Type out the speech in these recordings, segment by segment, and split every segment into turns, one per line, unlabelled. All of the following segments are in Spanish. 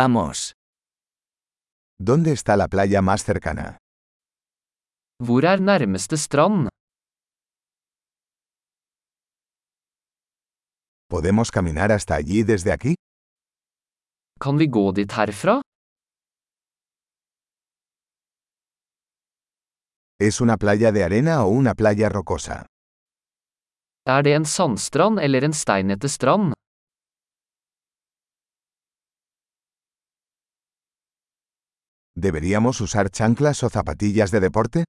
Vamos.
¿Dónde está la playa más cercana?
Hvor er nærmeste strand?
¿Podemos caminar hasta allí desde aquí?
Kan vi gå dit herfra?
¿Es una playa de arena o una playa rocosa?
Er det en sandstrand eller en steinete strand?
¿Deberíamos usar chanclas o zapatillas de deporte?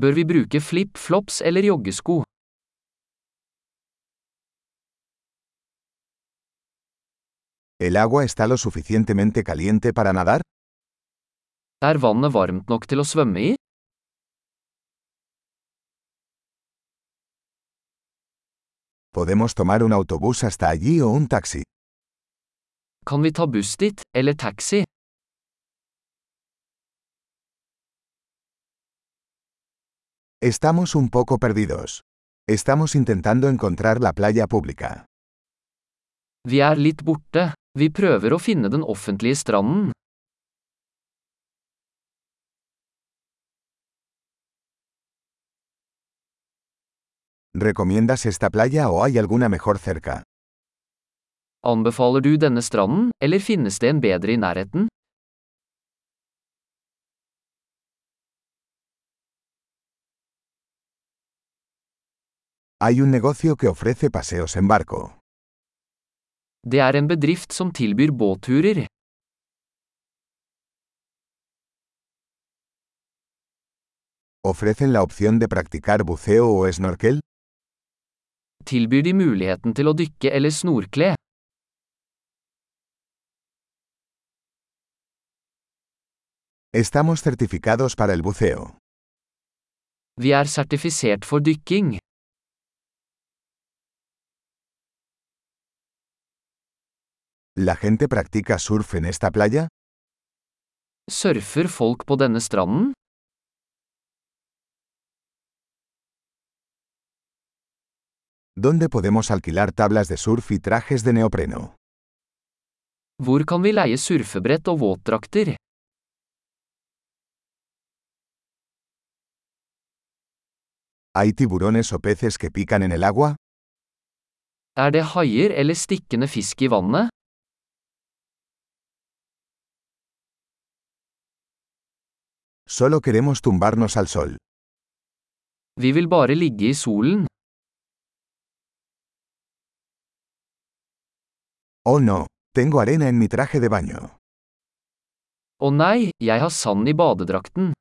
Bør vi bruke flip-flops eller joggesko?
¿El agua está lo suficientemente caliente para nadar?
Er vannet varmt nok til å svømme i?
¿Podemos tomar un autobús hasta allí o un taxi?
Kan vi ta buss dit, eller taxi?
Estamos un poco perdidos. Estamos intentando encontrar la playa pública.
Vi er litt borte. Vi prøver å finne den offentlige stranden.
¿Recomiendas esta playa o hay alguna mejor cerca?
Anbefaler du denne stranden, eller finnes det en bedre i nærheten?
Hay un negocio que ofrece paseos en barco.
Det er en bedrift som tilbyr båtturer.
¿Ofrecen la opción de practicar buceo o snorkel?
Tilbyr de muligheten til å dykke eller snorkle?
Estamos certificados para el buceo.
Vi er sertifisert for dykking.
¿La gente practica surf en esta playa?
Surfer folk på denne stranden?
¿Dónde podemos alquilar tablas de surf y trajes de neopreno?
Hvor kan vi leie surfebrett og våtdrakter?
¿Hay tiburones o peces que pican en el agua?
Er det haier eller stikkende fisk i vannet?
Solo queremos tumbarnos al sol.
Vi vil bare ligge i solen.
Oh no, tengo arena en mi traje de baño.
Å nei, jeg har sand i badedrakten.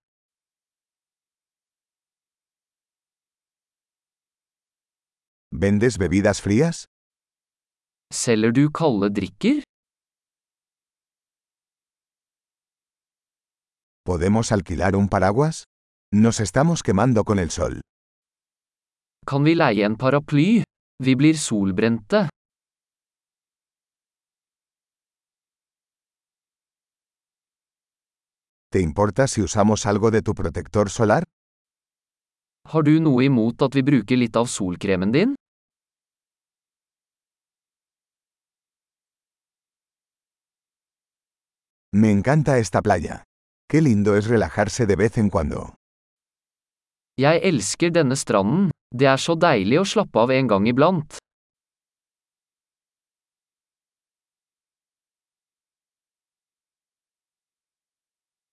¿Vendes bebidas frías?
Selger du kalde drikker?
¿Podemos alquilar un paraguas? Nos estamos quemando con el sol.
Kan vi leie en paraply? Vi blir solbrente.
¿Te importa si usamos algo de tu protector solar?
Har du noe imot at vi bruker litt av solkremen din?
Me encanta esta playa. Qué lindo es relajarse de vez en cuando.
Jeg elsker denne stranden. Det er så deilig å slappe av en gang iblant.